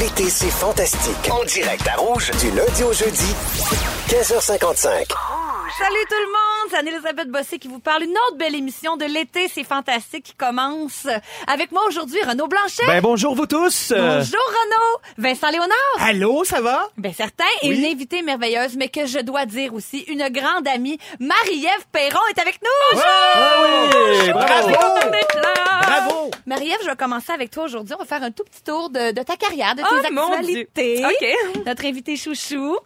L'été, c'est fantastique. En direct à Rouge, du lundi au jeudi, 15h55. Salut tout le monde, c'est Anne-Elisabeth Bossé qui vous parle. Une autre belle émission de l'été, c'est fantastique, qui commence. Avec moi aujourd'hui, Renaud Blanchet. Ben bonjour vous tous. Euh, Bonjour Renaud, Vincent Léonard. Allô, ça va? Bien certain, et Oui. une invitée merveilleuse, mais que je dois dire aussi, une grande amie, Marie-Ève Perron est avec nous Ah Ah aujourd'hui. Ouais, ouais, bravo. Hein? Bravo. Marie-Ève, je vais commencer avec toi aujourd'hui. On va faire un tout petit tour de, de ta carrière, de tes Oh, mon actualités. Dieu. OK. Notre invité chouchou.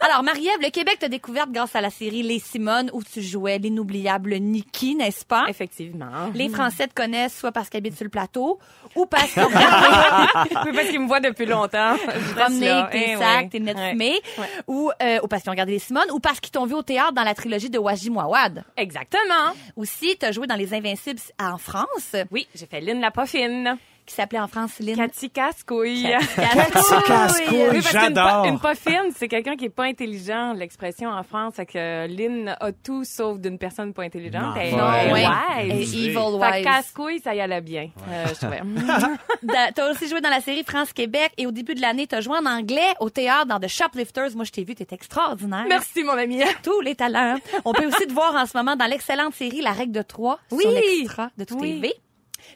Alors, Marie-Ève, le Québec t'a découverte grâce à la série Les Simones où tu jouais l'inoubliable Nikki, n'est-ce pas? Effectivement. Les Français te connaissent soit parce qu'ils habitent sur le plateau ou parce qu'ils ont regardé Oui, parce qu'ils me voient depuis longtemps. Je reste promener là. avec tes Eh sacs, ouais. tes lunettes Ouais. fumées, ou, euh, ou parce qu'ils ont regardé les Simones, ou parce qu'ils t'ont vu au théâtre dans la trilogie de Wajid Mouawad. Exactement. Aussi, t'as joué dans Les Invincibles à- en France, Oui, j'ai fait Lynn la pas fine. qui s'appelait en France Lynn. Cathy Cascouille. Cathy Cascouille. Oui, parce qu'une j'adore. pa- Une pas fine, c'est quelqu'un qui est pas intelligent, l'expression en France. Fait que Lynn a tout sauf d'une personne pas intelligente. Non, Elle non, est ouais. Et wise. Evil Fait que Wise. casse-couille, ça y allait bien, euh, je trouvais. Da- T'as aussi joué dans la série France-Québec et au début de l'année, t'as joué en anglais au théâtre dans The Shoplifters. Moi, je t'ai vu, t'es extraordinaire. Merci, mon ami. Tous les talents. On peut aussi te voir en ce moment dans l'excellente série La règle de trois Oui. sur l'extra de tout Oui. TV.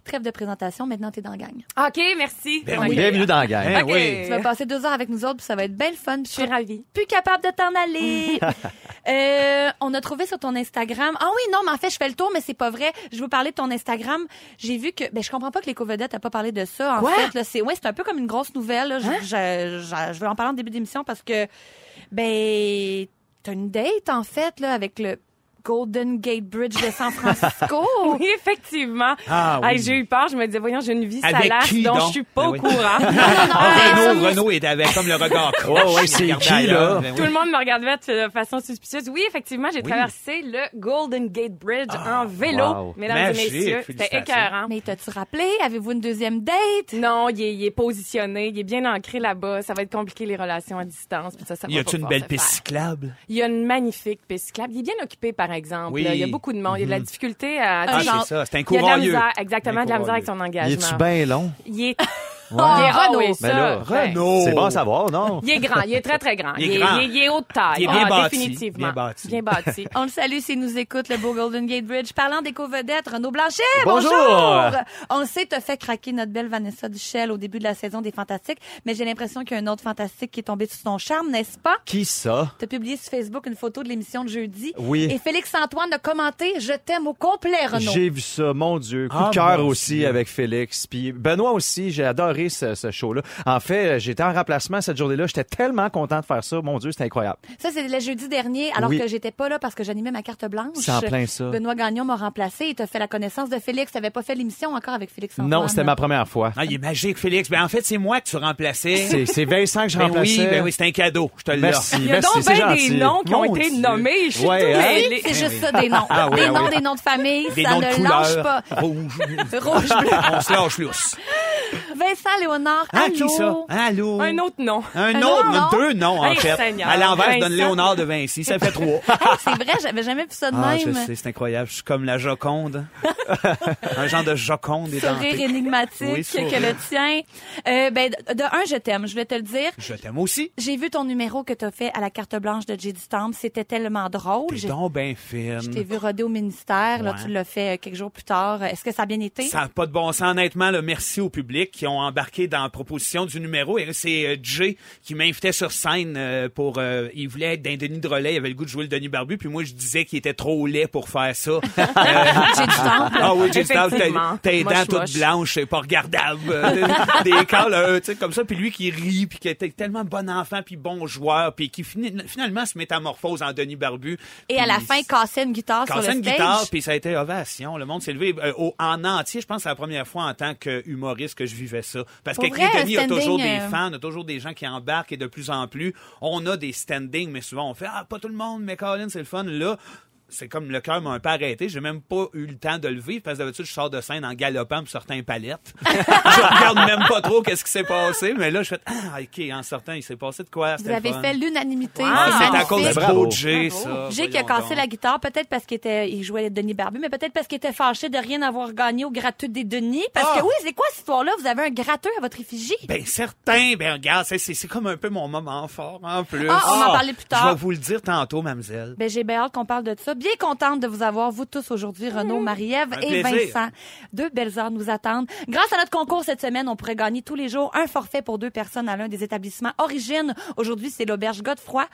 Trêve de présentation, maintenant t'es dans la gang. OK, merci. Ben Ok. oui. Bienvenue dans la gang. Hein, Ok. oui. Tu vas passer deux heures avec nous autres, puis ça va être bien le fun. puis Euh. Je suis ravie. plus capable de t'en aller. Euh, on a trouvé sur ton Instagram. Ah oui, non, mais en fait, je fais le tour, mais c'est pas vrai. Je veux parler de ton Instagram. J'ai vu que, ben, je comprends pas que les vedettes a pas parlé de ça. En Quoi? Hein? fait, là, c'est, ouais, c'est un peu comme une grosse nouvelle. là. Je, je- je- je veux en parler en début d'émission parce que, ben, t'as une date en fait là avec le Golden Gate Bridge de San Francisco. Oui, effectivement. Ah oui. Hey, j'ai eu peur. Je me disais, voyons, j'ai une vie Avec salace qui, dont donc? je suis pas Ben au oui. courant. Ah, Ah, Renaud, Renaud est avec comme le regard croche. Ouais, ouais, c'est Il regardait qui, ailleurs. là? Ben oui. Tout le monde me regardait de façon suspicieuse. Oui, effectivement, j'ai traversé le Golden Gate Bridge Ah, en vélo, wow. mesdames Magique, et messieurs. C'était félicitations. écœurant. Mais t'as-tu rappelé? Avez-vous une deuxième date? Non, il est, il est positionné, il est bien ancré là-bas. Ça va être compliqué les relations à distance. puis ça, ça va Y pas a-tu une pouvoir belle se piste faire. cyclable? Il y a une magnifique piste cyclable. Il est bien occupé, par exemple. Oui. là. Il y a beaucoup de monde. Il y a de la difficulté à. Ah, Ah, tu sais, genre- c'est ça. C'est il un y a de la courroyeux. misère, exactement, Un de la misère avec son courroyeux. Il engagement. est-tu bien long? Il est. Ah, Il est- ah Renaud. oui, Ben ça, là, ben, Renaud. C'est bon à savoir, non? Il est grand, il est très très grand. Il est grand. Il, est, il est haut de taille. Il est bien Ah, bâti, Définitivement. bien bâti. Bien bâti. On le salue s'il nous écoute, le beau Golden Gate Bridge. Parlant d'éco-vedette, Renaud Blanchet, bonjour! Bonjour! On le sait, t'as fait craquer notre belle Vanessa Duchel au début de la saison des Fantastiques, mais j'ai l'impression qu'il y a un autre Fantastique qui est tombé sous son charme, n'est-ce pas? Qui ça? T'as publié sur Facebook une photo de l'émission de jeudi. Oui. Et Félix-Antoine a commenté « Je t'aime au complet, Ah, Renaud J'ai vu ça, mon Dieu. Coup Ah, de cœur mon aussi Dieu. avec Félix. Puis Benoît aussi, j'ai adoré ce, ce show-là. En fait, euh, j'étais en remplacement cette journée-là. J'étais tellement content de faire ça. Mon Dieu, c'était incroyable. ». Ça, c'est le jeudi dernier, alors Oui. que j'étais pas là parce que j'animais ma carte blanche. C'est en plein ça. Benoît Gagnon m'a remplacé et t'as fait la connaissance de Félix. T'avais pas fait l'émission encore avec Félix-Antoine. Non, c'était ma première fois. Ah, il est magique, Félix. Ben, en fait, c'est moi que tu remplaçais. C'est c'est Vincent que je Ben oui, remplaçais. ben oui, c'est un cadeau. Je te le Merci, Il y a merci, donc c'est bien gentil. des noms qui ont Mon été Dieu. nommés. Je suis Ouais, tout hein? mêlée. C'est juste ça, des noms. Ah Ben oui, des ah noms, oui. des noms de famille, Des ça noms ne de lâche couleurs. Ah. pas. Rouge. Rouge, bleu. Oh, On se lâche lousse. Vincent Léonard, Ah, allô? qui ça? Allô? Un autre nom. Un Un autre, autre nom? deux noms, en Hey, fait. Seigneur. À l'envers, je donne Vincent. Léonard de Vinci. Ça fait trois. Ah, Hey, c'est vrai, j'avais jamais vu ça de Ah, je même. sais, c'est incroyable. Je suis comme la Joconde. un genre de Joconde est Sourire hanté. énigmatique Oui, sourire. que le tien. Euh, ben, de, de un, je t'aime, je vais te le dire. Je t'aime aussi. J'ai vu ton numéro que t'as fait à la carte blanche de J.D. Temple. C'était tellement drôle. T'es J'ai- donc ben, bien fine. Je t'ai vu roder au ministère. Là, Ouais. tu l'as fait euh, quelques jours plus tard. Est-ce que ça a bien été? Ça n'a pas de bon sens, honnêtement. Là, merci au public qui ont embarqué dans la proposition du numéro. Et c'est euh, Jay qui m'invitait sur scène euh, pour... euh, il voulait être d'un Denis de relais. Il avait le goût de jouer le Denis Barbu. Puis moi, je disais qu'il était trop laid pour faire ça. Euh, J'ai du temps. ah oui, Jay Stout, Effectivement. t'as- t'as les Moche, dents toutes moche. blanches, c'est pas regardable. Euh, des des cales, euh, tu sais, comme ça. Puis lui qui rit, puis qui était tellement bon enfant, puis bon joueur, puis qui fini- finalement se métamorphose en Denis Barbu. Et à la Puis fin, cassait une guitare quand sur c'est le une stage. guitare, puis ça a été ovation. Le monde s'est levé euh, au- en entier. Je pense que c'est la première fois en tant que humoriste que je vivais ça. Parce Pour qu'avec vrai, les Denis, il y a standing, toujours des euh, fans, il y a toujours des gens qui embarquent et de plus en plus, on a des standings, mais souvent on fait Ah, pas tout le monde, mais Colin, c'est le fun. Là, c'est comme le cœur m'a un peu arrêté. J'ai même pas eu le temps de le vivre parce que d'habitude, je sors de scène en galopant pour sortir une palette. je regarde même pas trop qu'est-ce qui s'est passé, mais là, je fais, ah, OK, en sortant, il s'est passé de quoi? Vous C'était le avez fun. fait l'unanimité. Ah, c'est c'est à cause magnifique. de Bravo. Beau Jay, ça. Jay qui a Voyons cassé donc. la guitare, peut-être parce qu'il était, il jouait Denis Barbu, mais peut-être parce qu'il était fâché de rien avoir gagné au gratteux des Denis. Parce que oui, c'est quoi cette histoire-là? Vous avez un gratteux à votre effigie? Ben certain, ben regarde, c'est- c'est c'est comme un peu mon moment fort en plus. Ah, on en parlait plus tard. Je vais vous le dire tantôt, mademoiselle. Ben, j'ai bien hâte qu'on parle de ça. Bien contente de vous avoir, vous tous, aujourd'hui, Renaud, Marie-Ève Un et plaisir. Vincent. Deux belles heures nous attendent. Grâce à notre concours cette semaine, on pourrait gagner tous les jours un forfait pour deux personnes à l'un des établissements Origine. Aujourd'hui, c'est l'auberge Godefroy.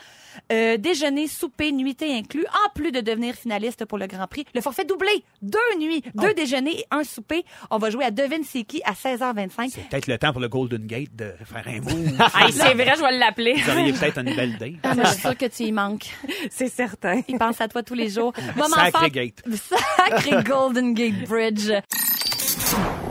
Euh, déjeuner, souper, nuitée inclus, en plus de devenir finaliste pour le Grand Prix. Le forfait doublé, deux nuits, deux déjeuners et un souper. On va jouer à Devine c'est qui à 16h25. Peut-être le temps pour le Golden Gate de faire un move. Hey, c'est vrai, je vais l'appeler. Vous auriez peut-être une belle date. Ah, moi, je suis sûre que tu y manques. C'est certain. Il pense à toi tous les jours. Moment Sacré fort- gate. Sacré Golden Gate Bridge.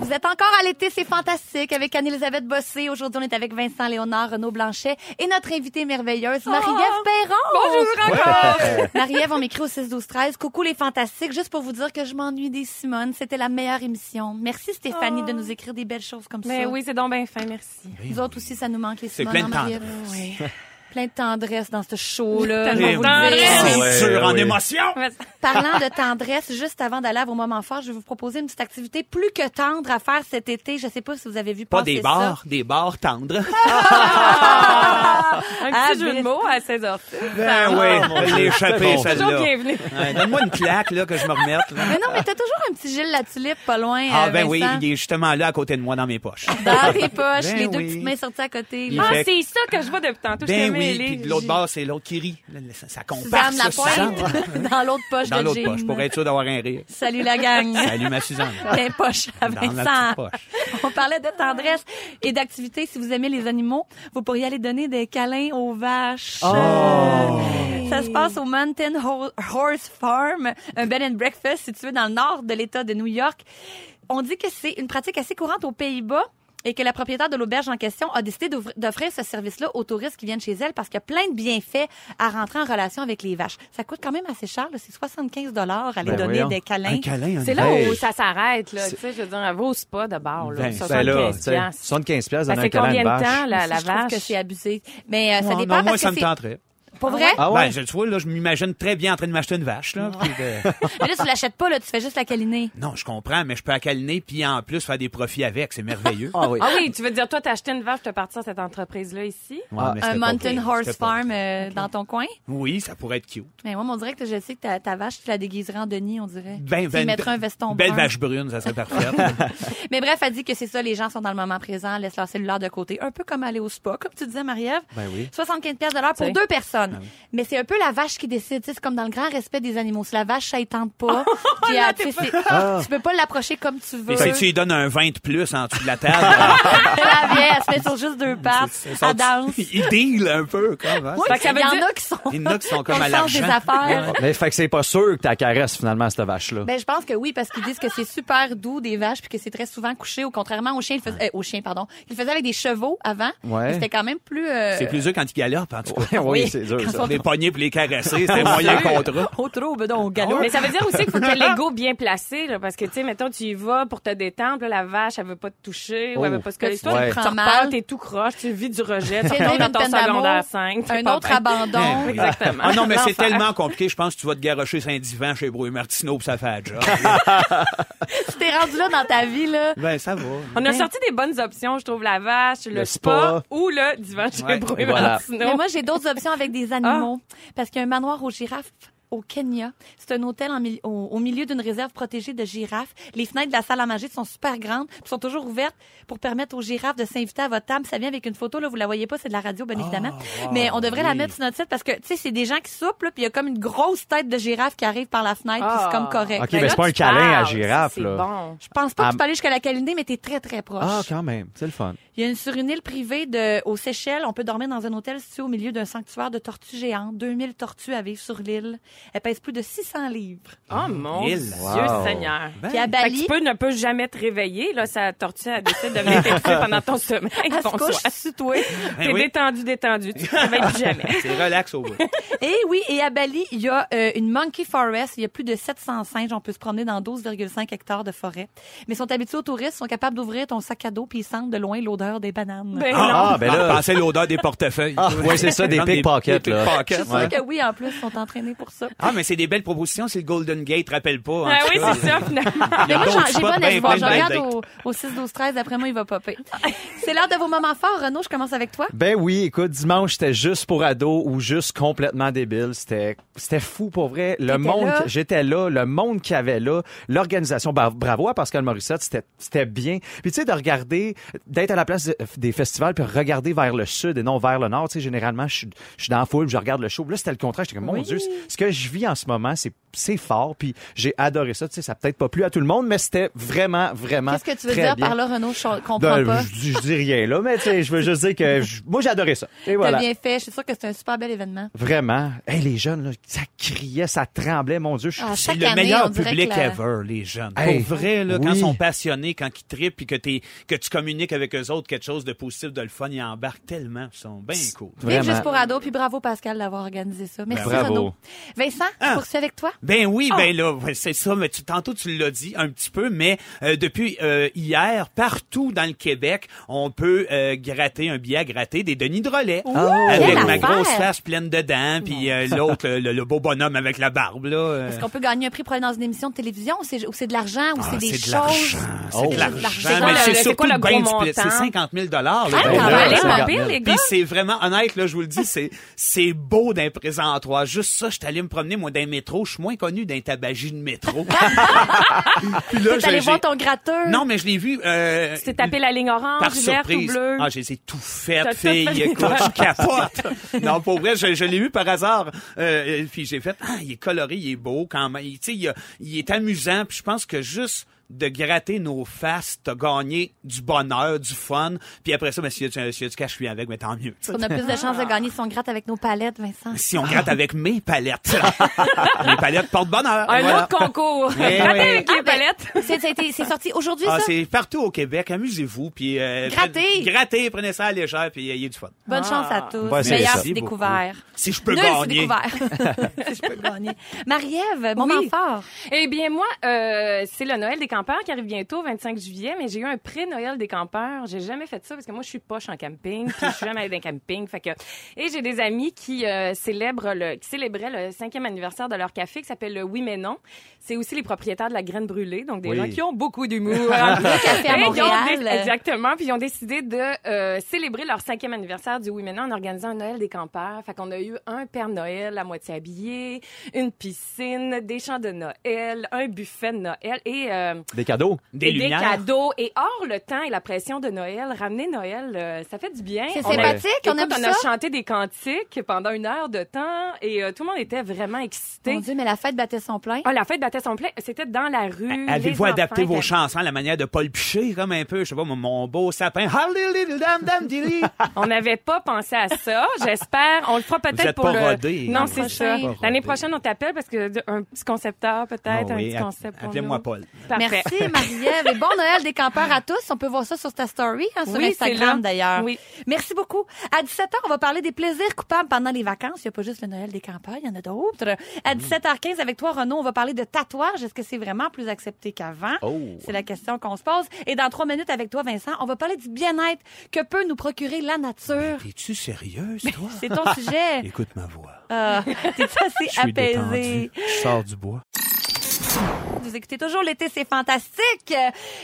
Vous êtes encore à l'été, c'est fantastique, avec Anne-Elisabeth Bossé. Aujourd'hui, on est avec Vincent Léonard, Renaud Blanchet et notre invitée merveilleuse, Marie-Ève Perron. Ah! Bonjour encore. Marie-Ève, on m'écrit au 6-12-13. Coucou les fantastiques, juste pour vous dire que je m'ennuie des Simones. C'était la meilleure émission. Merci Stéphanie de nous écrire des belles choses comme Ah! Mais ça. oui, c'est donc bien fin, merci. Nous autres aussi, ça nous manque les C'est Simones. plein de hein, Marie-Ève? Plein de tendresse dans ce show-là. Tellement je vais vous le de dire. tendresse. Eh C'est Ah ouais, sûr, en ouais. émotion. Parlant de tendresse, juste avant d'aller à vos moments forts, je vais vous proposer une petite activité plus que tendre à faire cet été. Je sais pas si vous avez vu Pas passer des ça. bars, des bars tendres. Ah, un petit Ah, jeu bien. de mots à 16 h Ben oui, je l'ai échappé, bon. Toujours celle-là. bienvenue. Ouais, Donne-moi une claque, là, que je me remette. là. Mais non, mais t'as toujours un petit Gilles la tulipe pas loin. Ah euh, ben oui, Vincent. il est justement là à côté de moi dans mes poches. Dans tes poches, Ben les deux oui. petites mains sorties à côté. Il là. Ah, Fait que- c'est ça que je vois depuis tantôt. je Ben t'ai oui, mêlée. puis de l'autre J'ai- bord, c'est l'autre qui rit. Là, Ça, ça compare, Suzanne ça, Suzanne. Lapointe, dans l'autre poche Dans de l'autre Jim. poche, pour être sûr d'avoir un rire. Salut la gang. Salut ma Suzanne. Plein poche à Dans la Vincent. petite poche. On parlait de tendresse et d'activité. Si vous aimez les animaux, vous pourriez aller donner des câlins aux vaches. Oh! Euh, Ça se passe au Mountain Ho- Horse Farm, un bed and breakfast situé dans le nord de l'État de New York. On dit que c'est une pratique assez courante aux Pays-Bas et que la propriétaire de l'auberge en question a décidé d'ouvri- d'offrir ce service-là aux touristes qui viennent chez elle parce qu'il y a plein de bienfaits à rentrer en relation avec les vaches. Ça coûte quand même assez cher, là. c'est 75 dollars aller Ben donner voyons. des câlins. Un câlin, un C'est là Hey. où ça s'arrête, là. Tu sais, je veux dire, elle va au spa de bord, là. Ben, Ben là, tu 75 sais, piastres. 75 piastres Ça dans un fait câlin combien de de vache. temps, Ça, la, la je trouve que vache? c'est abusé. Mais euh, ça Non, dépend non, moi, parce ça que me c'est tenterait. pour vrai. Ah ouais? Ben, je, tu vois, là, je m'imagine très bien en train de m'acheter une vache, là. puis de- Mais là, tu l'achètes pas, là, tu fais juste la câliner. non, je comprends, mais je peux accaliner puis en plus faire des profits avec. C'est merveilleux. Ah oui. Ah oui, tu veux dire, toi, t'as acheté une vache, t'as parti à cette entreprise-là ici? Ah, mais Un c'était pas mountain vrai, horse c'était pas farm vrai. euh, dans ton coin. Oui, ça pourrait être cute. Mais moi, on dirait que je sais que ta, ta vache, tu la déguiserais en Denis, on dirait. Ben, tu ben, y mettrais un veston Belle brun. vache brune, ça serait parfait. Mais bref, elle dit que c'est ça, les gens sont dans le moment présent, laissent leur cellulaire de côté. Un peu comme aller au spa, comme tu disais, Marie-Ève. Ben oui. 75 dollars pour C'est- deux personnes. Ah Mais c'est un peu la vache qui décide. tu sais, C'est comme dans le grand respect des animaux. Si la vache, ça ne tente pas, puis Ah, elle, tu sais, c'est- tu peux pas l'approcher comme tu veux. Et si tu lui donnes un 20 de plus en dessous de la table, euh, elle vient, elle se met sur juste deux pattes, c'est- c'est- elle danse. il deal un peu, comme. hein. Oui, Fait que ça il y veut dire- en a qui sont, Il y en a qui sont comme dans à le sens des l'argent. affaires. Mais fait que c'est pas sûr que t'as caresse finalement cette vache-là. Ben, je pense que oui, parce qu'ils disent que c'est super doux des vaches puis que c'est très souvent couché, au contrairement aux chiens, ils le faisaient- euh, aux chiens, pardon. Ils le faisaient avec des chevaux avant. Ouais. mais C'était quand même plus, euh, C'est plus dur quand il galope, en tout cas. oui, oui, c'est dur. quand Ça. on- Les poignées pour les caresser, c'est moyen contrat. au trouble, donc, au galop. Mais ça veut dire aussi qu'il faut que t'aies l'ego bien placé, là, parce que, tu sais, mettons, tu y vas pour te détendre, là, la vache, elle veut pas te toucher, ou elle Oh. veut pas se coller. Toi, Ouais. tu Prends repars, mal. t'es tout croche, tu vis du rejet, tu Tu viens de retournes vivre dans une ton peine d'amour, secondaire 5. un autre abandon. Exactement. Ah non, mais c'est L'enfer. tellement compliqué. Je pense que tu vas te garocher sur un divan chez Bruy Martineau puis ça fait la job. tu t'es rendu là dans ta vie, là. ben, ça va. On a sorti des bonnes options, je trouve, la vache, le, Le spa. spa, ou le divan chez Ouais, Bruno voilà. Martineau. Mais moi, j'ai d'autres options avec des animaux. Parce qu'il y a un manoir aux girafes au Kenya. C'est un hôtel en mil- au, au milieu d'une réserve protégée de girafes. Les fenêtres de la salle à manger sont super grandes puis sont toujours ouvertes pour permettre aux girafes de s'inviter à votre table. Ça vient avec une photo, là, vous la voyez pas, c'est de la radio, bien évidemment. Mais on devrait la oui. mettre sur notre site parce que, tu sais, c'est des gens qui soupent, là, puis il y a comme une grosse tête de girafe qui arrive par la fenêtre, puis Ah. c'est comme correct. OK, Ben mais là, c'est pas un tu câlin à parles, girafe, c'est là. bon. Je pense pas que tu Ah. peux aller jusqu'à la calinée, mais t'es très, très proche. Ah, quand même. C'est le fun. Il y a une, sur une île privée de, aux Seychelles, on peut dormir dans un hôtel situé au milieu d'un sanctuaire de tortues géantes. 2000 tortues à vivre sur l'île. Elle pèse plus de 600 livres. Oh mon Mille. Dieu Wow. Seigneur. Ben, Puis à Fait que Bali, tu peux ne pas jamais te réveiller, là, sa tortue, elle décide de venir t'étouffer pendant ton sommeil. elle se Bonsoir. couche sur toi. T'es Ben oui. détendu, détendu, tu te réveilles plus jamais. ben, C'est relax au bout. Et Eh oui, et à Bali, il y a euh, une monkey forest. Il y a plus de 700 singes. On peut se promener dans 12,5 hectares de forêt. Mais ils sont habitués aux touristes, ils sont capables d'ouvrir ton sac à dos puis ils sentent de loin l'odeur des bananes. Ben non. Ah, ben On là. pensait l'odeur des portefeuilles. Ah, ouais, c'est ça, des Comme pickpockets, des là. Je pickpockets, suis sûre ouais. que oui, en plus, ils sont entraînés pour ça. Ah, mais c'est des belles propositions si le Golden Gate rappelle pas. en Ben Ah tout oui, cas. c'est ça, finalement. Il y Mais a moi, d'autres j'en- j'ai spots bon bien espoir. plein Je de belles regarde dates. au, au 6-12-13. D'après moi, il va popper. C'est l'heure de vos moments forts. Renaud, je commence avec toi. Ben oui, écoute, dimanche, c'était juste pour ados ou juste complètement débile. C'était, c'était fou pour vrai. Le monde, là? j'étais là, le monde qu'il y avait là, l'organisation. Bra- Bravo à Pascal Morissette, c'était, c'était bien. Puis tu sais, de regarder, d'être à la place de- des festivals, puis regarder vers le sud et non vers le nord. Tu sais, généralement, je suis je suis dans la foule, puis je regarde le show. Puis Là, c'était le contraire. J'étais comme, mon Dieu, ce que je vis en ce moment, c'est, c'est fort. Puis j'ai adoré ça. Tu sais, ça a peut-être pas plu à tout le monde, mais c'était vraiment, vraiment. Qu'est-ce que tu veux très dire bien. par là, Renaud? Je comprends Ben, pas. je, dis- je dis rien là, mais tu sais, je veux juste dire que je- moi j'ai adoré ça. Et T'as voilà. bien fait. Je suis sûre que c'est un super bel événement. Vraiment. Hey, les jeunes, là, ça criait, ça tremblait, mon Dieu. Je suis- Ah, C'est chaque le année, meilleur on dirait public que la- ever, les jeunes. Hey, Pour vrai, là, quand oui. ils sont passionnés, quand ils trippent, puis que, t'es- que tu communiques avec eux autres quelque chose de positif, de le fun, ils embarquent tellement. Ils sont bien cool. Vive Vraiment. juste pour ados, puis bravo Pascal d'avoir organisé ça. Merci Bravo. Renaud. Vincent, Ah. je poursuis avec toi. Ben oui, ben là, ouais, c'est ça. Mais tu, tantôt tu l'as dit un petit peu, mais euh, depuis euh, hier, partout dans le Québec, on peut euh, gratter un billet, à gratter des Denis de relais avec quelle ma affaire! grosse face pleine de dents, puis euh, l'autre, le, le beau bonhomme avec la barbe là. euh. Est-ce qu'on peut gagner un prix pour aller dans une émission de télévision ou c'est ou c'est de l'argent ou c'est Ah, des c'est de choses? l'argent, c'est de C'est de l'argent. l'argent, C'est quoi mais le- Oh. c'est c'est surtout quoi le bien gros du pla- C'est montant? 50 000 dollars. Ah, là. Ben quand là, même, ça pas regarde pire, bien. les gars. Puis c'est vraiment honnête, là, je vous le dis, c'est, c'est beau d'un présentoir. Juste ça, je suis allé me promener, moi, d'un métro. Je suis moins connu d'un tabagie de métro. Puis là, T'es allé j'ai- voir ton gratteur. Non, mais je l'ai vu. Euh, Tu t'es tapé la ligne par orange, verte ou surprise. bleue. Ah, j'ai les ai tout T'as fait, tout fait. fille. Écoute, je capote. non, pour vrai, je, je l'ai vu par hasard. Euh, puis j'ai fait, ah, il est coloré, il est beau quand même. Il- Tu sais, il, a- il est amusant. Puis je pense que juste de gratter nos faces, t'as gagné du bonheur, du fun. Puis après ça, ben, s'il y, a du- s'il y a du cash, je suis avec, mais tant mieux. tu sais. On a plus de chances de gagner si on gratte avec nos palettes, Vincent. Si on gratte avec mes palettes. mes palettes portent bonheur. Un Voilà. autre concours. Eh Gratter oui. avec les Ah, ben, palettes. C'est ça a été- c'est sorti aujourd'hui, Ah, ça? c'est partout au Québec. Amusez-vous. Puis, euh, Grattez. prenez- Grattez, prenez ça à la légère, puis euh, ayez du fun. Bonne chance Ah. à tous. Ben, Bah, c'est Meilleur ça. si découvert. Si je peux Nul si gagner. découvert. si je peux gagner. Marie-Ève, moment Oui. fort. Eh bien, moi, euh, c'est le Noël des campeurs qui arrive bientôt, 25 juillet, mais j'ai eu un pré-Noël des campeurs. J'ai jamais fait ça parce que moi, je suis poche en camping, puis je suis jamais allée dans un camping. Fait que... Et j'ai des amis qui, euh, célèbrent le... qui célébraient le cinquième anniversaire de leur café qui s'appelle le Oui mais non. C'est aussi les propriétaires de la graine brûlée, donc des Oui. gens qui ont beaucoup d'humour. Ah, café à Et ils ont Montréal. dé- Exactement. Puis ils ont décidé de euh, célébrer leur cinquième anniversaire du Oui Maintenant en organisant un Noël des campeurs. Fait qu'on a eu un Père Noël à moitié habillé, une piscine, des chants de Noël, un buffet de Noël et euh, Des cadeaux. Des et lumières. cadeaux. Et hors le temps et la pression de Noël, ramener Noël, euh, ça fait du bien. C'est On a- sympathique, on aime Écoute, on ça. a chanté des cantiques pendant une heure de temps et euh, tout le monde était vraiment excité. Mon Dieu, mais la fête battait son plein. Ah, la fête battait son plein. C'était dans la rue. Avez-vous les adapté enfants vos étaient- chansons à la manière de Paul Piché, comme un peu, je sais pas, mon- mon beau sapin. Hallelujah-dam-dam-dilly. On n'avait pas pensé à ça. J'espère. On le fera Vous peut-être êtes pour pas le. rodé. Non, L'année c'est ça. prochaine. L'année prochaine, on t'appelle parce que d- un petit concepteur peut-être, Ah un oui, petit app- concept. pour appelez-moi nous. Paul. Parfait. Merci Marie-Ève et bon Noël des campeurs à tous. On peut voir ça sur ta story, hein, sur Oui, c'est là. Instagram d'ailleurs. Oui. Merci beaucoup. À 17h, on va parler des plaisirs coupables pendant les vacances. Il n'y a pas juste le Noël des campeurs, il y en a d'autres. Mm. À 17h15, avec toi Renaud, on va parler de tatouages. Est-ce que c'est vraiment plus accepté qu'avant? Oh. C'est la question qu'on se pose. Et dans trois minutes avec toi Vincent, on va parler du bien-être que peut nous procurer la nature. Es-tu sérieuse, toi? C'est ton sujet. Écoute ma voix. Ah, T'es assez Je suis détendu. apaisé. Je sors du bois. Vous écoutez toujours l'été, c'est fantastique. Euh,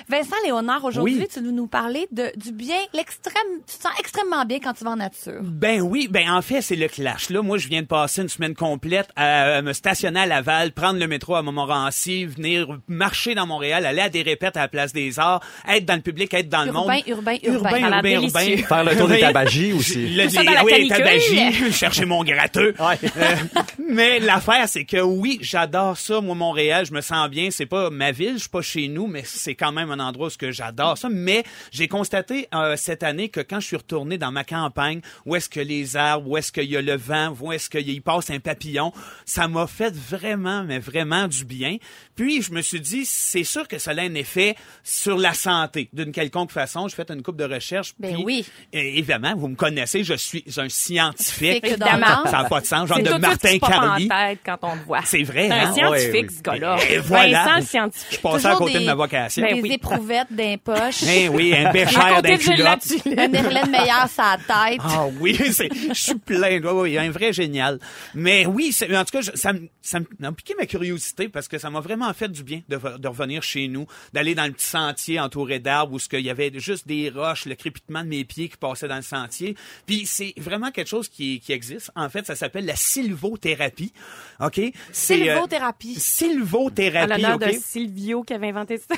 Vincent Léonard, aujourd'hui, Oui. tu veux nous parler de, du bien, l'extrême. Tu te sens extrêmement bien quand tu vas en nature. Ben oui, ben en fait, c'est le clash. Là, moi, je viens de passer une semaine complète à euh, me stationner à Laval, prendre le métro à Montmorency, venir marcher dans Montréal, aller à des répètes à la Place des Arts, être dans le public, être dans le Urbain, monde. urbain, urbain. Ça a Urbain, l'air urbain, délicieux. urbain. Faire le tour des Oui. tabagies aussi. Le- Ça, dans la oui, canicule. tabagie, chercher mon gratteux. Ouais. Euh, mais l'affaire, c'est que oui, j'adore ça, moi, Montréal, je me sens bien, c'est pas ma ville, je suis pas chez nous, mais c'est quand même un endroit où ce que j'adore ça. Mais j'ai constaté euh, cette année que quand je suis retourné dans ma campagne, où est-ce que les arbres, où est-ce qu'il y a le vent, où est-ce qu'il y passe un papillon, ça m'a fait vraiment, mais vraiment du bien. Puis je me suis dit, c'est sûr que ça a un effet sur la santé d'une quelconque façon. J'ai fait une coupe de recherche. Ben puis, oui. et évidemment, vous me connaissez, je suis un scientifique. Fait que dans- Ça n'a pas de sens, genre C'est de tout de suite Martin qui pop en Carly. tête quand on le voit. C'est vrai, C'est un hein? Ouais, oui. scientifique, ce gars-là. Et voilà. Vincent, le Je scientifique. passais à Toujours côté des- de ma vocation. Ben des oui. éprouvettes d'un poche. Eh oui, un À bécher côté d'un de Gilles culotte. Latulippe. Une Irlande meilleure sa tête. Ah oui, c'est- je suis plein. Oui, oui, un vrai génial. Mais oui, c'est- en tout cas, je- ça, me- ça m'a piqué ma curiosité parce que ça m'a vraiment fait du bien de, re- de revenir chez nous, d'aller dans le petit sentier entouré d'arbres où ce qu'il y avait juste des roches, le crépitement de mes pieds qui passaient dans le sentier. Puis c'est vraiment quelque chose qui, qui existe. En fait, ça s'appelle la sylvothérapie. OK? C'est, euh, Sylvothérapie. En Sylvothérapie, l'honneur OK? de Silvio qui avait inventé ça.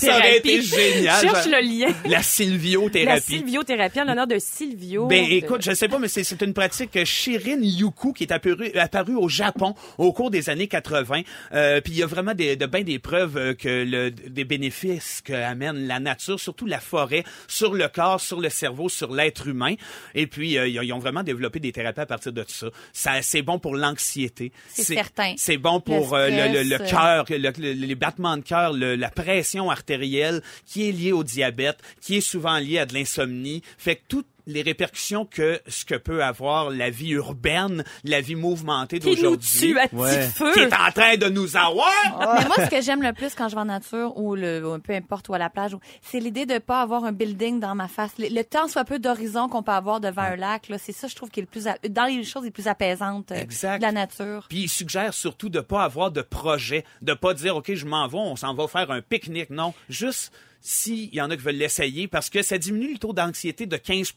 Ça aurait été génial. Cherche genre. le lien. La La sylviothérapie. sylviothérapie en l'honneur de Silvio. Ben De- écoute, je sais pas, mais c'est c'est une pratique euh, Shirin Yuku qui est apparue, apparue au Japon au cours des années 80. Euh, Puis il y a vraiment des, de bien des preuves euh, que le, des bénéfices que amène la nature, surtout la forêt, sur le corps, sur le cerveau, sur l'être humain. Et puis euh, ils ont- ils ont vraiment développé des thérapies à partir de ça. ça c'est bon pour l'anxiété. C'est certain. C'est bon pour euh, le, le, le stress, euh, cœur cœur, le- le- les battements de cœur, le- la pression artérielle qui est liée au diabète, qui est souvent liée à de l'insomnie, fait que toutes les répercussions que ce que peut avoir la vie urbaine, la vie mouvementée Qui nous d'aujourd'hui, tue à petit Ouais. feu. qui est en train de nous avoir. Mais moi, ce que j'aime le plus quand je vais en nature ou, le, ou peu importe ou à la plage, ou- c'est l'idée de pas avoir un building dans ma face. Le, le temps soit peu d'horizon qu'on peut avoir devant un lac. là, C'est ça, je trouve, qui est le plus a- dans les choses les plus apaisantes euh, Exact. de la nature. Puis il suggère surtout de pas avoir de projet, de pas dire ok je m'en vais, on s'en va faire un pique-nique. Non, juste s'il y en a qui veulent l'essayer parce que ça diminue le taux d'anxiété de 15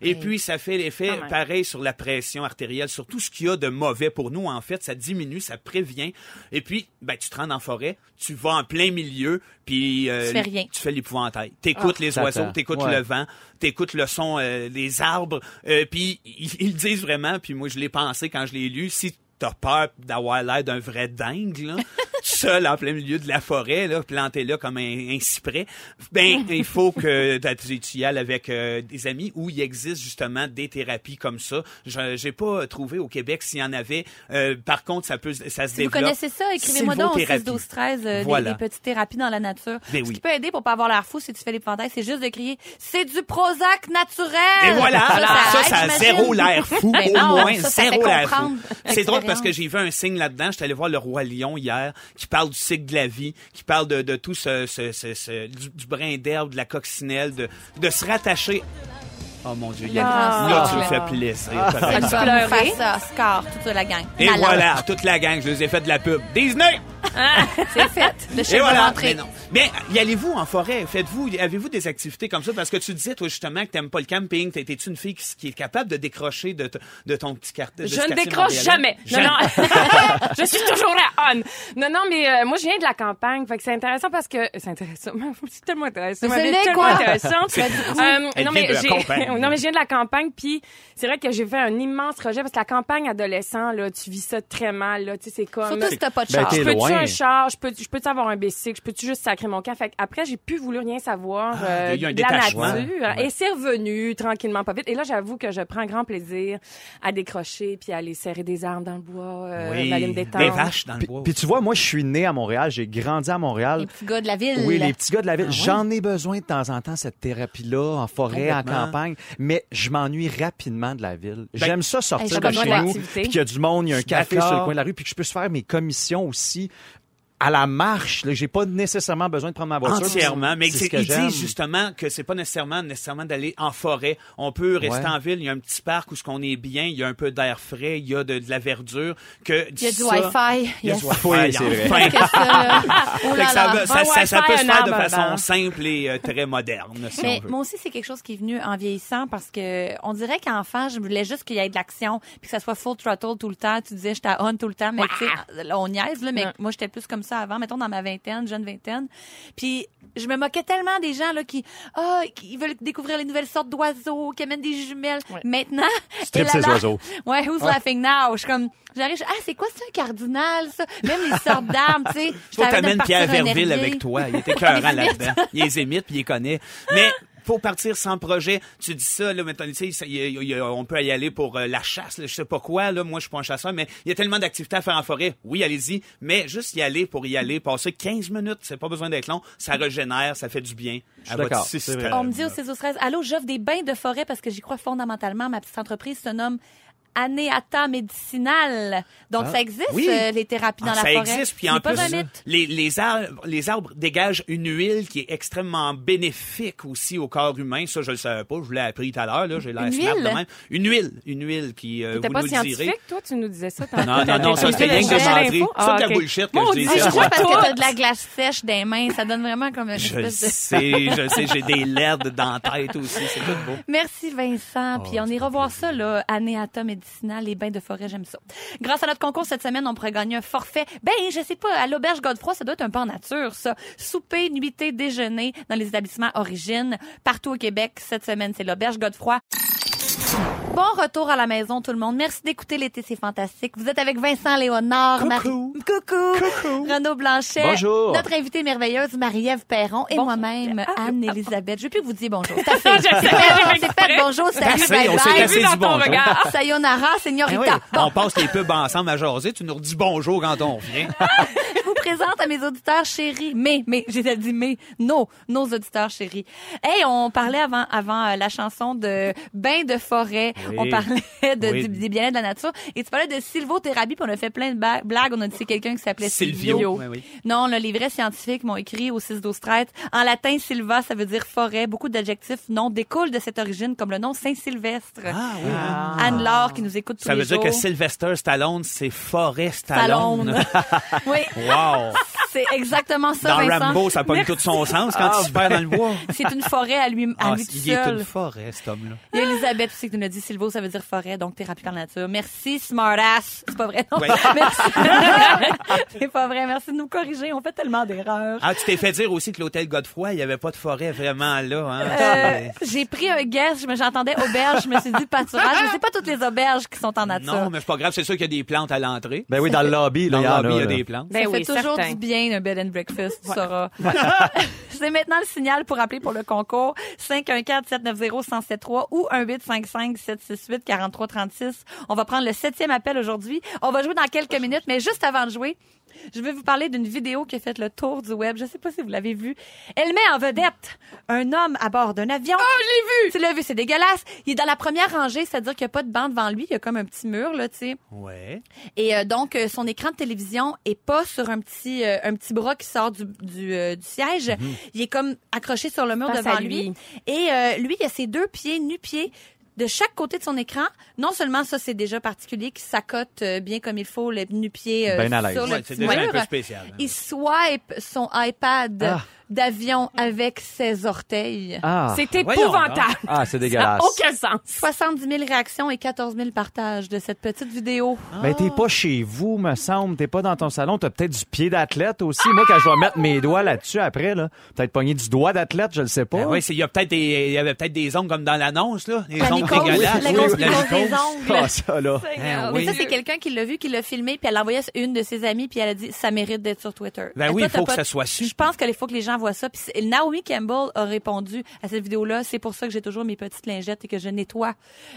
et puis ça fait l'effet Ah Quand même. pareil sur la pression artérielle, sur tout ce qu'il y a de mauvais pour nous en fait, ça diminue, ça prévient. Et puis ben tu te rends en forêt, tu vas en plein milieu, puis euh, Tu fais rien. Ah. tu fais l'épouvantail. T'écoutes les oiseaux, t'attends. t'écoutes Ouais. le vent, t'écoutes le son euh, des arbres, euh, puis ils, ils le disent vraiment, puis moi je l'ai pensé quand je l'ai lu, si t'as peur d'avoir l'air d'un vrai dingue, là, seul en plein milieu de la forêt, là, planté là comme un, un cyprès, ben il faut que t'as- tu tu y ailles avec euh, des amis où il existe justement des thérapies comme ça. Je j'ai pas trouvé au Québec s'il y en avait. Euh, par contre, ça peut ça se Si vous développe. connaissez ça, écrivez-moi donc au 6, Sylvothérapie. 12, 13 euh, des- Voilà. des, petites thérapies dans la nature. Ben Ce oui. qui peut aider pour pas avoir l'air fou si tu fais les pantalons, c'est juste de crier « C'est du Prozac naturel! » Et voilà, ça, ça, aide, a j'imagine. zéro l'air fou, Ben au non, moins, ça, ça zéro fait l'air fou. comprendre C'est drôle l'expérience. parce que j'ai vu un signe là-dedans. J'étais allé voir le Roi Lion hier, qui parle du cycle de la vie, qui parle de, de tout ce, ce- ce- ce- du, du brin d'herbe, de la coccinelle, de, de se rattacher. Oh mon Dieu, Yannick, Ah, là, ça tu me fait fais plaisir. Ça peut-être. nous Tu va pleurais? faire ça, score, toute la gang. Et Malade. voilà, toute la gang, je les ai fait de la pub. Disney! C'est fait. Le Et chef va voilà. rentrer. Mais, non. mais y allez-vous en forêt? Faites-vous, avez-vous des activités comme ça? Parce que tu disais, toi, justement, que t'aimes pas le camping. T'es, t'es-tu une fille qui, qui est capable de décrocher de, t- de ton petit quartier? de ce Je ne quartier décroche montréalais? jamais. Non, Jamais. non. je suis toujours la on. Non, non, mais euh, moi, je viens de la campagne. Fait que c'est intéressant parce que. C'est intéressant. C'est tellement intéressant. Vous Ma vie est savez tellement quoi? intéressante. C'est- Euh, Elle non, vient mais de la j'ai- campagne. non, mais je viens de la campagne. Puis c'est vrai que j'ai fait un immense rejet parce que la campagne adolescent, là, tu vis ça très mal. Là, tu sais, c'est comme. Surtout si t'as pas de Ben, char. t'es Ah, Je peux-tu loin. un char? Je peux-tu je peux avoir un bicycle? Je peux-tu juste sacrer mon camp? Fait que après, j'ai plus voulu rien savoir euh, Ah, il y a eu un de la détachement. nature. Et c'est revenu tranquillement, pas vite. Et là, j'avoue que je prends grand plaisir à décrocher puis à aller serrer des armes dans le bois, euh, Oui. m'aller me détendre. Des vaches dans le Puis, bois. puis tu vois, moi, je suis né à Montréal, j'ai grandi à Montréal. Les petits gars de la ville. Oui, les petits gars de la ville. J'en ai besoin de temps en temps, cette thérapie-là, en forêt, en Complètement. campagne, mais je m'ennuie rapidement de la ville. J'aime ça Hey, j'ai sortir pas de besoin chez de nous, l'activité. puis qu'il y a du monde, il y a un Ben, suis café sur le d'accord. coin de la rue, puis que je puisse faire mes commissions aussi à la marche. là. J'ai pas nécessairement besoin de prendre ma voiture. Entièrement, mais C'est c'est ce que ils j'aime. disent justement que c'est pas nécessairement nécessairement d'aller en forêt. On peut rester Ouais. en ville. Il y a un petit parc où ce qu'on est bien, il y a un peu d'air frais, il y a de, de la verdure. Que Il y a du ça- Wi-Fi. Il y a Yes. du Oui, Wi-Fi. c'est enfin. Que ça, là. Oh Fait là que ça, là. va- ça, Un ça- ça Wi-Fi, peut se un faire de arbre façon dedans. simple et euh, très moderne, si Mais on veut. moi aussi, c'est quelque chose qui est venu en vieillissant parce que on dirait qu'enfant, je voulais juste qu'il y ait de l'action puis que ça soit full throttle tout le temps. Tu disais, j'étais on tout le temps, mais tu sais, là, on niaise, là, mais moi, j'étais plus comme ça avant, mettons dans ma vingtaine, jeune vingtaine. Puis je me moquais tellement des gens là qui ah qui veulent découvrir les nouvelles sortes d'oiseaux, qui amènent des jumelles. Maintenant, Strip et là, ces là, oiseaux. Ouais, who's laughing now? Je suis comme j'arrive, je- ah c'est quoi ça un cardinal ça Même les sortes d'armes, tu sais. je Faut que t'arrête de t'amènes partir Pierre un Verville herbier. avec toi. Il était écœurant là-dedans. Il les imite puis il les connaît. Mais pour partir sans projet, tu dis ça, là, maintenant, tu sais, ça, il y a- il y a- on peut y aller pour euh, la chasse, là, je sais pas quoi, là, moi, je suis pas un chasseur, mais il y a tellement d'activités à faire en forêt. Oui, allez-y, mais juste y aller pour y aller, passer 15 minutes, c'est pas besoin d'être long, ça régénère, ça fait du bien à suis votre d'accord, c'est système. vrai. On me dit au 16 13 Allô, j'offre des bains de forêt parce que j'y crois fondamentalement. Ma petite entreprise se nomme Anéata Médicinale. Donc, ça existe, oui. euh, les thérapies dans Ah, la ça forêt. existe, puis Ce en n'est pas plus, un mythe. les, les, arbres, les arbres dégagent une huile qui est extrêmement bénéfique aussi au corps humain. Ça, je le savais pas, je l'ai appris tout à l'heure, là, j'ai l'air Une smart de huile? même. Une huile, une huile qui, euh, T'es vous pas nous le direz. scientifique, toi, tu nous disais ça. tantôt. Non, non, non, ça, c'était T'as rien que des cherché menteries. l'info? Ça, c'est de la Ah, ok. bullshit que Mon je dis, Dieu, Ah, c'est je crois vrai. parce que toi. t'as de la glace sèche des mains. Ça donne vraiment comme une Je le espèce de... sais, je le sais, j'ai des LED dans la tête aussi, c'est tout beau. Merci Vincent. Puis on ira voir ça, là, Anéata médicinale, les bains de forêt, j'aime ça. Grâce à notre concours cette semaine, on pourrait gagner un forfait. Ben, je sais pas, à l'auberge Godefroy, ça doit être un peu en nature, ça. Souper, nuitée, déjeuner dans les établissements Origine. Partout au Québec, cette semaine, c'est l'auberge Godefroy. Bon retour à la maison, tout le monde. Merci d'écouter l'été, c'est fantastique. Vous êtes avec Vincent Léonard, Marie- Coucou. Coucou. Renaud Blanchet. Bonjour. Notre invitée merveilleuse, Marie-Ève Perron, et moi-même, Anne-Élisabeth. Je veux plus que vous disiez bonjour. C'est Ah, assez. Je sais, C'est fait, j'ai fait c'est exprès. fait. Bonjour, salut, Assez, bye on s'est J'ai bye. assez vu du dans bon ton sens. regard. Sayonara, Ah señorita. On passe les pubs ensemble à jaser, tu nous redis bonjour quand on revient. Ah, Je vous présente à mes auditeurs chéris. Mais, mais, j'ai déjà dit mais. Nos, nos auditeurs chéris. Hey, on parlait avant, avant euh, la chanson de Bain de forêt. Oui. On parlait de, Oui. du, des bien-être de la nature. Et tu parlais de sylvothérapie, puis on a fait plein de ba- blagues. On a dit c'est quelqu'un qui s'appelait Silvio. Silvio. Oui, oui. Non, là, les vrais scientifiques m'ont écrit au 6 12 13 En latin, silva, ça veut dire forêt. Beaucoup d'adjectifs non découlent de cette origine, comme le nom Saint-Sylvestre. Ah oui. Anne-Laure qui nous écoute tous Ça les veut dire jours. que Sylvester Stallone, c'est Forêt Stallone. Stallone. oui, Wow! c'est exactement ça, Dans Vincent. Rambo, ça pogne tout son sens quand il se perd dans le bois. C'est une forêt à lui, à Ah, lui tout il est seul. une forêt, cet homme-là. Il y a Elisabeth aussi qui nous a dit Silvo, ça veut dire forêt, donc thérapie par la nature. Merci, smartass. C'est pas vrai, non? Ouais. Merci. C'est pas vrai. Merci de nous corriger. On fait tellement d'erreurs. Ah, tu t'es fait dire aussi que l'hôtel Godefroy, il n'y avait pas de forêt vraiment là. Hein? Euh, j'ai pris un guess, je me- j'entendais auberge, je me suis dit pâturage, mais c'est pas toutes les auberges qui sont en nature. non, mais c'est pas grave, c'est sûr qu'il y a des plantes à l'entrée. Ben oui, dans le lobby, là, Dans il y en a, le lobby, il y a là. des plantes. Ça Ben fait oui, toujours certain. du bien un bed and breakfast, tu sauras. C'est maintenant le signal pour appeler pour le concours 514-790-1073 ou 1855-768-4336. On va prendre le septième appel aujourd'hui. On va jouer dans quelques minutes, mais juste avant de jouer, je vais vous parler d'une vidéo qui a fait le tour du web. Je sais pas si vous l'avez vue. Elle met en vedette un homme à bord d'un avion. Oh, je l'ai vu! Tu l'as vu, c'est dégueulasse. Il est dans la première rangée, c'est-à-dire qu'il n'y a pas de banc devant lui. Il y a comme un petit mur, là, tu sais. Ouais. Et euh, donc, euh, son écran de télévision est pas sur un petit, euh, un petit bras qui sort du, du, euh, du siège. Mhm. Il est comme accroché sur le mur Face devant à lui. lui. Et euh, lui, il a ses deux pieds nu-pieds de chaque côté de son écran. Non seulement ça, c'est déjà particulier, qui s'accote euh, bien comme il faut, le nu-pied euh, Ben à l'aise. sur Ouais, le c'est petit déjà un mur. peu spécial, hein. Il swipe son iPad Ah. d'avion avec ses orteils. Ah, C'est Voyons épouvantable. ah c'est Ça n'a dégueulasse. aucun sens. 70 000 réactions et 14 000 partages de cette petite vidéo. Ben, t'es pas chez vous, me semble. T'es pas dans ton salon. T'as peut-être du pied d'athlète aussi. Moi, quand je vais mettre mes doigts là-dessus après, là, peut-être pogner du doigt d'athlète, je le sais pas. Ben oui, c'est- il y a peut-être des, il y avait peut-être des ongles comme dans l'annonce, là. Des oh. La ongles mycose, dégueulasses. la Oui, grosse oui, mycose des mycose. ongles. Ah, ça, là. Seigneur. Mais Eh Oui. ça, c'est quelqu'un qui l'a vu, qui l'a filmé, puis elle l'a envoyé à une de ses amies, puis elle a dit ça mérite d'être sur Twitter. Ben Et oui, toi, il t'as faut pas- que ça soit su. Je pense qu'il faut que les gens voient ça. Puis c'est- Naomi Campbell a répondu à cette vidéo-là. C'est pour ça que j'ai toujours mes petites lingettes et que je nettoie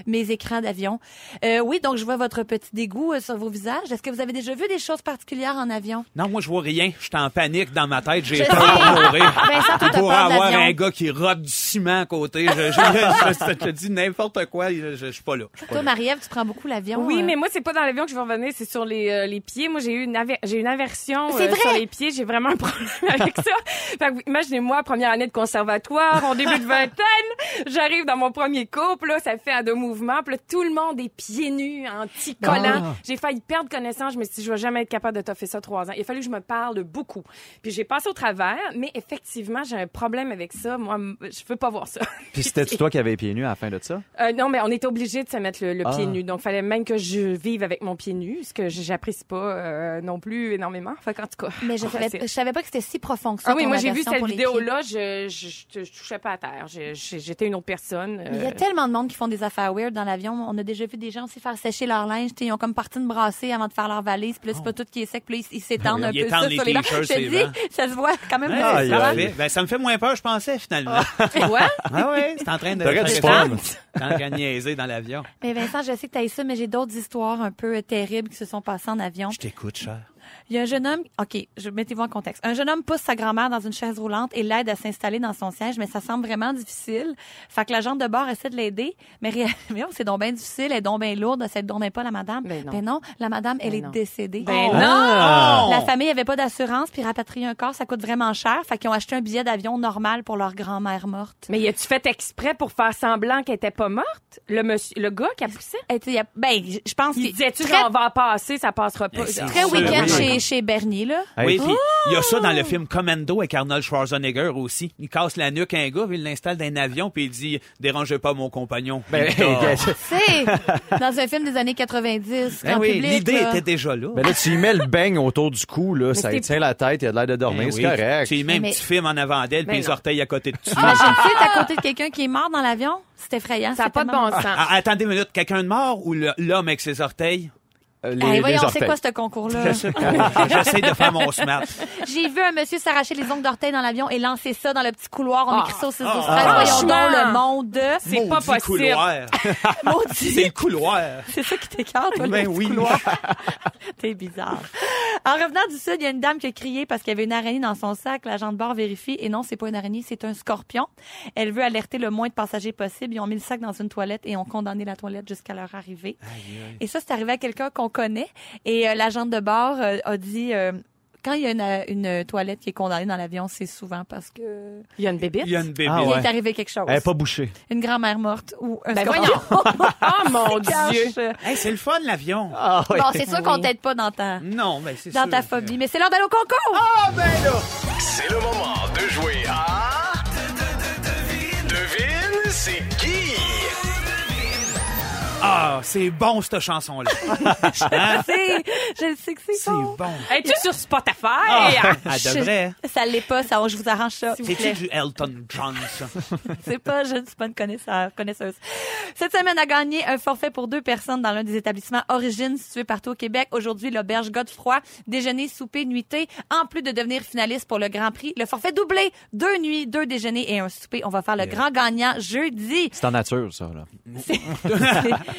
mes écrans d'avion. Euh, oui, donc je vois votre petit dégoût euh, sur vos visages. Est-ce que vous avez déjà vu des choses particulières en avion? Non, moi, je vois rien. Je suis en panique dans ma tête. J'ai Je peur sais. de mourir. Ah, Vincent, toi, Il t'as pourrait peur de avoir l'avion. un gars qui rote du ciment à côté. Je, je, je- je te dis n'importe quoi. Je, je- je suis pas là. Je suis pas Toi, là. Marie-Ève, tu prends beaucoup l'avion. Oui, hein? mais moi, c'est pas dans l'avion que je vais revenir, c'est sur les, euh, les pieds. Moi, j'ai eu une, aver- j'ai une aversion C'est euh, vrai! sur les pieds. J'ai vraiment un problème avec ça. Fait que Fait que vous- imaginez-moi, première année de conservatoire, en début de vingtaine, j'arrive dans mon premier couple, là, ça fait à deux mouvements, puis là, tout le monde est pieds nus, en petits Ah! collants. J'ai failli perdre connaissance, je me suis dit, je vais jamais être capable de toffer ça trois ans. Il a fallu que je me parle beaucoup. Puis j'ai passé au travers, mais effectivement, j'ai un problème avec ça. Moi, m- je veux pas voir ça. Puis c'était toi qui avais les pieds nus à la fin de ça? Euh, non, mais on était obligé de se mettre le, le Ah. pied nu. Donc, fallait même que je vive avec mon pied nu, ce que j- j'apprécie pas euh, non plus énormément. Enfin, en tout cas. Mais je on savais, essaie. je savais pas que c'était si profond que ça. Ah oui, ton moi j'ai vu aversion cette pour les pieds. vidéo-là, je, je, je- je touchais pas à terre. Je- je- J'étais une autre personne. Mais Il y euh, a tellement de monde qui font des affaires weird dans l'avion. On a déjà vu des gens aussi faire sécher leur linge. T'sais, Ils ont comme parti de brasser avant de faire leur valise. Puis là, c'est pas tout qui est sec. Puis là, ils- ils s'étendent Oh. Ben un peu oui, ils étendent ça les sur les t-shirts, Je c'est te vrai. dis, ça se voie quand même. Ouais, dans- Aïe, ça, aïe. fait- ben, ça me fait moins peur, je pensais, finalement. Ouais? ah ouais, c'est en train de... T'aurais du c'est fun. en train de niaiser dans l'avion. Mais Vincent, je sais que t'as eu ça, mais j'ai d'autres histoires un peu euh, terribles qui se sont passées en avion. Je t'écoute, cher. Il y a un jeune homme, OK, je mettez-vous en contexte. Un jeune homme pousse sa grand-mère dans une chaise roulante et l'aide à s'installer dans son siège, mais ça semble vraiment difficile. Fait que l'agent de bord essaie de l'aider, mais réellement, c'est donc bien difficile, elle est donc bien lourde, elle ne donc bien pas la madame. Ben non. la madame, elle est non. décédée. Oh! Ben non! La famille avait pas d'assurance, puis rapatrier un corps, ça coûte vraiment cher. Fait qu'ils ont acheté un billet d'avion normal pour leur grand-mère morte. Mais y a-tu fait exprès pour faire semblant qu'elle était pas morte? Le monsieur, le gars qui a poussé? Et tu sais, il y a- ben, j- je pense Il qu'il disait-tu très, genre, on va Ben en passer, ça passera pas. Mais c'est très sûr, week-end oui. chez, chez Bernier, là. Oui, Hey. puis il y a ça dans le film Commando avec Arnold Schwarzenegger aussi. Il casse la nuque à un gars, puis il l'installe dans un avion, puis il dit « Dérangez pas mon compagnon. Ben, Il dort. hey, gars, C'est dans un film des années 90, Ben en oui, public. l'idée là. était déjà là. ben là, tu y mets le beigne autour du cou, là, ça c'est- étient la tête, il a de l'air de Ben dormir, c'est oui. correct. Tu y mets un Mais- petit film en avant d'elle, Ben puis les non. orteils à côté de dessus. Ah, Imagine-tu être à côté de quelqu'un qui est mort dans l'avion? C'est effrayant. Ça n'a c'est pas de tellement- bon sens. Ah, attendez une minute, quelqu'un de mort ou le- l'homme avec ses orteils? Euh, Hey, les, les voyons, c'est orteils. quoi ce concours-là? Je sais pas. J'essaie de faire mon smart. J'ai vu un monsieur s'arracher les ongles d'orteil dans l'avion et lancer ça dans le petit couloir. On Ah. écrit ça au 6 12 Ah. 13. Voyons donc Franchement. le monde. C'est pas Maudit possible. couloir. C'est le couloir. C'est ça qui t'écarte, toi, Ben le petit oui. couloir. T'es bizarre. En revenant du sud, il y a une dame qui a crié parce qu'il y avait une araignée dans son sac. L'agent de bord vérifie et non, c'est pas une araignée, c'est un scorpion. Elle veut alerter le moins de passagers possible. Ils ont mis le sac dans une toilette et ont condamné la toilette jusqu'à leur arrivée. Et ça, c'est arrivé à quelqu'un qu'on connaît. Et euh, l'agent de bord euh, a dit. euh, quand il y a une, euh, une, euh, toilette qui est condamnée dans l'avion, c'est souvent parce que Il y a une bébite? Il y a une bébé. Ah il ouais. est arrivé quelque chose. Elle est pas bouchée. Une grand-mère morte ou un Ben scorpion. Oh mon Dieu! Cache. Hey, c'est le fun, l'avion. Ah oui. Bon, c'est sûr qu'on t'aide pas dans ta Non, ben c'est dans sûr ta que- phobie. Mais c'est l'heure d'aller au concours! C'est le moment de jouer à. Devine, c'est qui? Ah, c'est bon, cette chanson-là. Hein? C'est- je le sais que c'est C'est bon. bon. Es-tu sur Spotify? Ah, elle Je- devrait. Ça l'est pas, ça, je vous arrange ça. C'est-tu du Elton John, ça? C'est pas, je ne suis pas une connaisseur, connaisseuse. Cette semaine a gagné un forfait pour deux personnes dans l'un des établissements Origine situés partout au Québec. Aujourd'hui, l'auberge Godefroy, déjeuner, souper, nuitée. En plus de devenir finaliste pour le Grand Prix, le forfait doublé, deux nuits, deux déjeuners et un souper. On va faire le grand gagnant jeudi. C'est en nature, ça, là.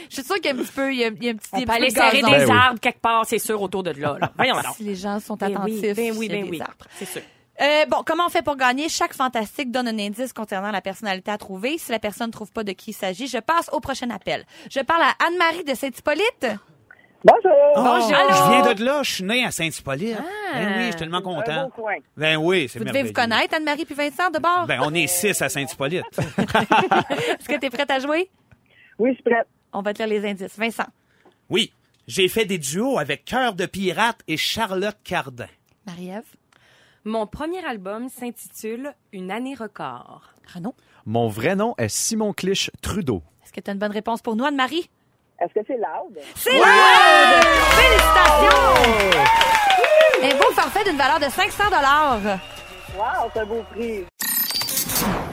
je suis sûre qu'il y a un petit peu, il y a, il y a un petit, On il y peut a un aller petit peu de serrer gazon. des Ben oui. arbres quelque part, c'est sûr, autour de là. là. Voyons donc. Ah, Si les gens sont Ben oui, attentifs, ben oui, il y a ben des oui. arbres. C'est sûr. Euh, bon, comment on fait pour gagner? Chaque fantastique donne un indice concernant la personnalité à trouver. Si la personne ne trouve pas de qui il s'agit, je passe au prochain appel. Je parle à Anne-Marie de Saint-Hippolyte. Oh, Bonjour. Ah. Je viens de là, je suis né à Saint-Hippolyte. Ben oui, je suis tellement Un beau content. coin. Ben oui, c'est Vous devez merveilleux. vous connaître, Anne-Marie puis Vincent, de bord. Ben, on est six à Saint-Hippolyte. Est-ce que tu es prête à jouer? Oui, je suis prête. On va te lire les indices. Vincent. Oui, j'ai fait des duos avec Cœur de pirate et Charlotte Cardin. Marie-Ève. Mon premier album s'intitule Une année record. Renaud. Mon vrai nom est Simon Clich Trudeau. Est-ce que tu as une bonne réponse pour nous, Anne-Marie? Est-ce que c'est loud? C'est Loud! Félicitations! Un beau forfait d'une valeur de 500 Wow, c'est un beau prix.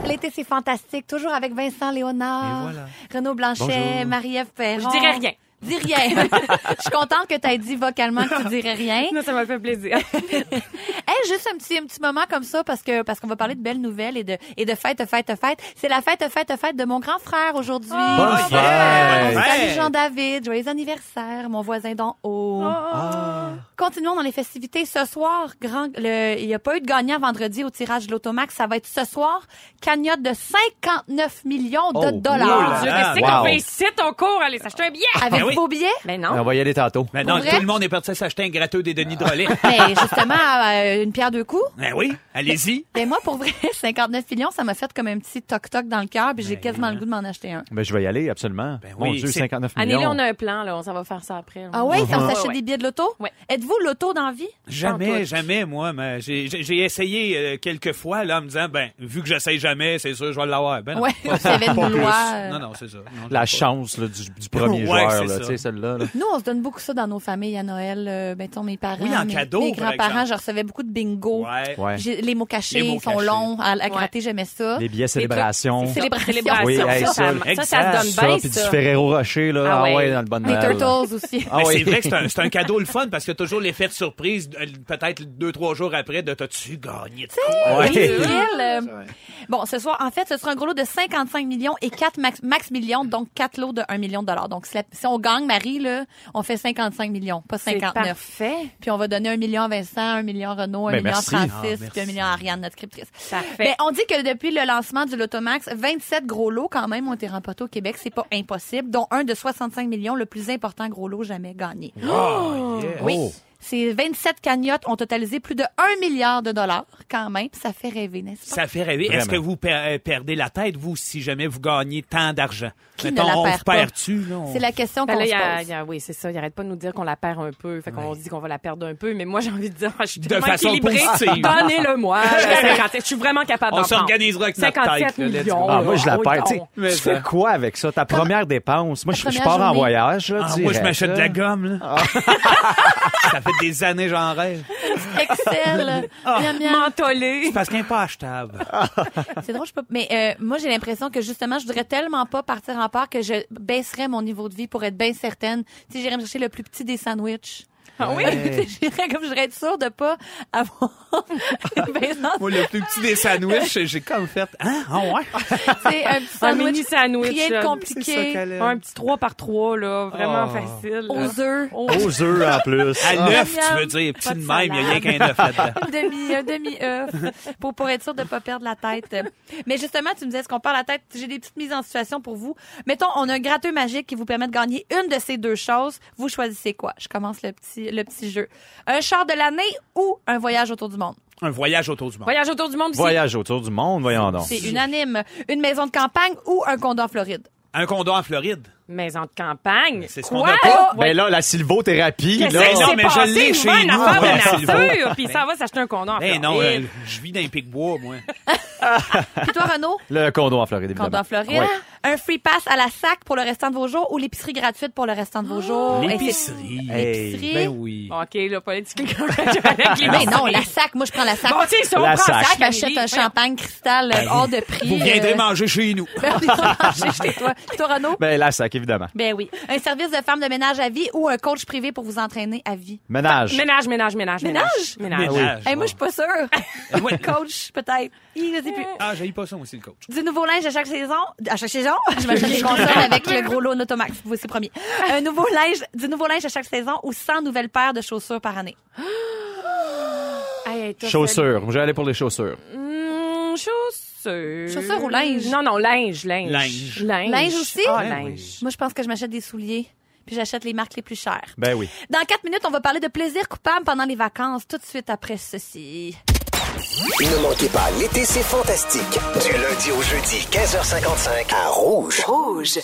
L'été, c'est fantastique. Toujours avec Vincent Léonard, Et voilà. Renaud Blanchet, Bonjour. Marie-Ève Perron. Je dirais rien. Dis rien. Je suis contente que tu aies dit vocalement que tu dirais rien. Non, ça m'a fait plaisir. Hey, juste un petit, un petit moment comme ça parce que parce qu'on va parler de belles nouvelles et de et de fêtes, fêtes, fêtes. C'est la fête, fête, fête de mon grand frère aujourd'hui. Oh, Bonne yeah, fête! bonne Salut fête! Jean-David, joyeux anniversaire, mon voisin d'en haut. Oh. Continuons dans les festivités ce soir. Grand, le, il n'y a pas eu de gagnant vendredi au tirage de l'automax. Ça va être ce soir. Cagnotte de 59 millions de Oh, dollars. oh là Je Ah, sais wow. qu'on fait ici ton cours, allez s'acheter un billet. Avec Ben oui. Vos billets? Ben On non. va y aller tantôt. Maintenant, Pour vrai? tout le monde est parti s'acheter un gratteux des Denis Drolet. Mais Ben, justement, euh, une pierre deux coups. ben oui, allez-y. Mais Ben, moi, pour vrai, 59 millions, ça m'a fait comme un petit toc-toc dans le cœur, puis j'ai quasiment hein. le goût de m'en acheter un. Ben, je vais y aller, absolument. Ben Mon oui, Dieu, c'est- 59 millions. Année-là, on a un plan, là. On s'en va faire ça après. Ah oui, ça Ouais, s'achète ouais. des billets de l'auto? Ouais. Êtes-vous l'auto d'envie? Jamais, Antoine. jamais, moi. mais J'ai j'ai- j'ai essayé euh, quelques fois, là, en me disant, ben, vu que j'essaye jamais, c'est sûr, je vais l'avoir. Ben, non, Ouais, pas- vous avez pas une plus. loi, euh. Non, non, c'est ça. Non, La je- chance là, du, du premier Ouais, joueur, c'est là, ça. tu sais, celle-là. là. Nous, on se donne beaucoup ça dans nos familles à Noël. Euh, ben, mettons, mes parents, Oui, en mes, cadeau, mes par grands-parents, exemple. je recevais beaucoup de bingo. Ouais. Ouais. J'ai- Les mots cachés, Les mots ils sont cachés. longs. À, à Ouais. gratter, j'aimais ça. Les billets célébration. Ah, C'est les Célébration. Célébration. Oui, hey, ça, ça, ça, ça, ça exact, donne bien, puis du ça. Ferrero Rocher, là. Ah Ah ouais, ouais, dans le bon Les Noël, là. Turtles aussi. Ah Mais oui. c'est vrai que c'est un, c'est un cadeau le fun parce que toujours l'effet de surprise, euh, peut-être deux, trois jours après, de t'as-tu gagné de quoi? Ouais. Oui, Phil, euh, Bon, ce soir, en fait, ce sera un gros lot de 55 millions et 4 max, max millions, donc 4 lots de 1 million de dollars. Donc, si, la- si on gagne, Marie, là, on fait 55 millions, pas C'est 59. parfait. Puis on va donner 1 million à Vincent, 1 million à Renaud, 1 Ben, million merci. à Ah, Francis, merci. puis 1 million à Ariane, notre scriptrice. Parfait. Ben, on dit que depuis le lancement du Lotomax, 27 gros lots quand même ont été remportés au Québec. C'est pas impossible, dont un de 65 millions, le plus important gros lot jamais gagné. Oh, yeah. Oui. Oh. Ces 27 cagnottes ont totalisé plus de 1 milliard de dollars quand même. Ça fait rêver, n'est-ce pas? Ça fait rêver. Est-ce Vraiment. que vous per- euh, perdez la tête, vous, si jamais vous gagnez tant d'argent? Qui ne Mettons, la on perd vous pas? perd-tu? là, on- C'est la question Ben qu'on là, se il y a- pose. il y a- oui, c'est ça. Il arrête pas de nous dire qu'on la perd un peu. Fait qu'on se dit qu'on va la perdre un peu. Mais moi, j'ai envie de dire, ah, je suis De tellement façon équilibrée. positive. Donnez-le-moi. le 57. Je suis vraiment capable On d'en prendre. s'organisera avec notre 57 tête, là, let's go. millions. Ah, moi, je la là, perds. on- Tu sais, Mais tu fais ça. quoi avec ça? Ta première dépense? Moi, je, je première pars en journée. voyage. Là, Ah, moi, direct, je m'achète de là. la gomme. Là. Ah. ça fait des années, j'en rêve. Excel. Ah. Miam, miam. Mentolé. Parce qu'il n'est pas achetable. C'est drôle, je peux. Mais euh, moi, j'ai l'impression que justement, je voudrais tellement pas partir en part que je baisserais mon niveau de vie pour être bien certaine. Tu sais, j'irais me chercher le plus petit des sandwichs. Ah oui? j'irais comme j'aurais être sûre de pas avoir. ben, non, Moi, le plus petit des sandwichs, j'ai comme fait. Hein? Ah, ouais? c'est un petit Un sandwich. mini sandwich. Rien de là. compliqué. Un petit 3 par 3, là. Oh. Vraiment facile. là. aux œufs. Aux œufs, en plus. À Ah. l'œuf, Miam, tu veux dire. Petit pas de de même, il n'y a rien salade. qu'un œuf là-dedans. Une demi, un demi œuf pour pour être sûr de pas perdre la tête. Mais justement, tu me disais, est-ce qu'on perd la tête J'ai des petites mises en situation pour vous. Mettons, on a un gratteux magique qui vous permet de gagner une de ces deux choses. Vous choisissez quoi Je commence le petit le petit jeu. Un char de l'année ou un voyage autour du monde. Un voyage autour du monde. Voyage autour du monde aussi. Voyage autour du monde, voyons donc. C'est unanime. Une maison de campagne ou un condo en Floride. Un condo en Floride. Maison de campagne. C'est ce qu'on Quoi? Oh, a pas. Ben là, la sylvothérapie, Qu'est-ce là. que non, c'est mais je passé? l'ai Il chez vend une nous, affaire ouais, de Sylvain. nature, Puis ça va s'acheter un condom. en Ben non, Floride. euh, je vis dans un pic-bois, moi. Puis toi, Renaud Le condo en Floride, évidemment. Condo en Floride. Ouais. Un free pass à la sac pour le restant de vos jours ou l'épicerie gratuite pour le restant de vos jours. Oh, Et c'est- L'épicerie. Hey, L'épicerie. Oh, Ben oui. OK, là, politiquement correct avec les Mais Ben non, Ah. Bon, la sac. Moi, je prends la sac. tu sais, si on La prend sac. sac, Amélie, achète un voyons. champagne cristal euh, hors de prix. Vous viendrez euh, manger chez nous. ben, viens manger chez toi. Toi, Renaud? Ben la sac, évidemment. Ben oui. Un service de femme de ménage à vie ou un coach privé pour vous entraîner à vie? Ménage. Ménage, ménage, ménage. Ménage? Ménage. Ménage, Eh moi, ouais. je suis pas sûre. Ouais. coach, peut-être. Hi, Je sais plus. Ah, j'ai pas ça, moi, c'est le coach. Du nouveau linge à chaque saison. À chaque saison? Je m'achète des consoles avec le gros lot Notomax. Vous aussi, promis. Un nouveau linge, du nouveau linge à chaque saison ou 100 nouvelles paires de chaussures par année. Hey, toi, Chaussures. Moi, J'allais pour les chaussures. c'est- Hmm, chaussures. Chaussures ou linge? Non, non, linge, linge. Linge. Linge, Linge aussi? Ah, Ben linge. Moi, je pense que je m'achète des souliers. Puis j'achète les marques les plus chères. Ben oui. Dans quatre minutes, on va parler de plaisir coupable pendant les vacances, tout de suite après ceci. Ne manquez pas, l'été, c'est fantastique. Du lundi au jeudi, 15h55, à Rouge. Rouge.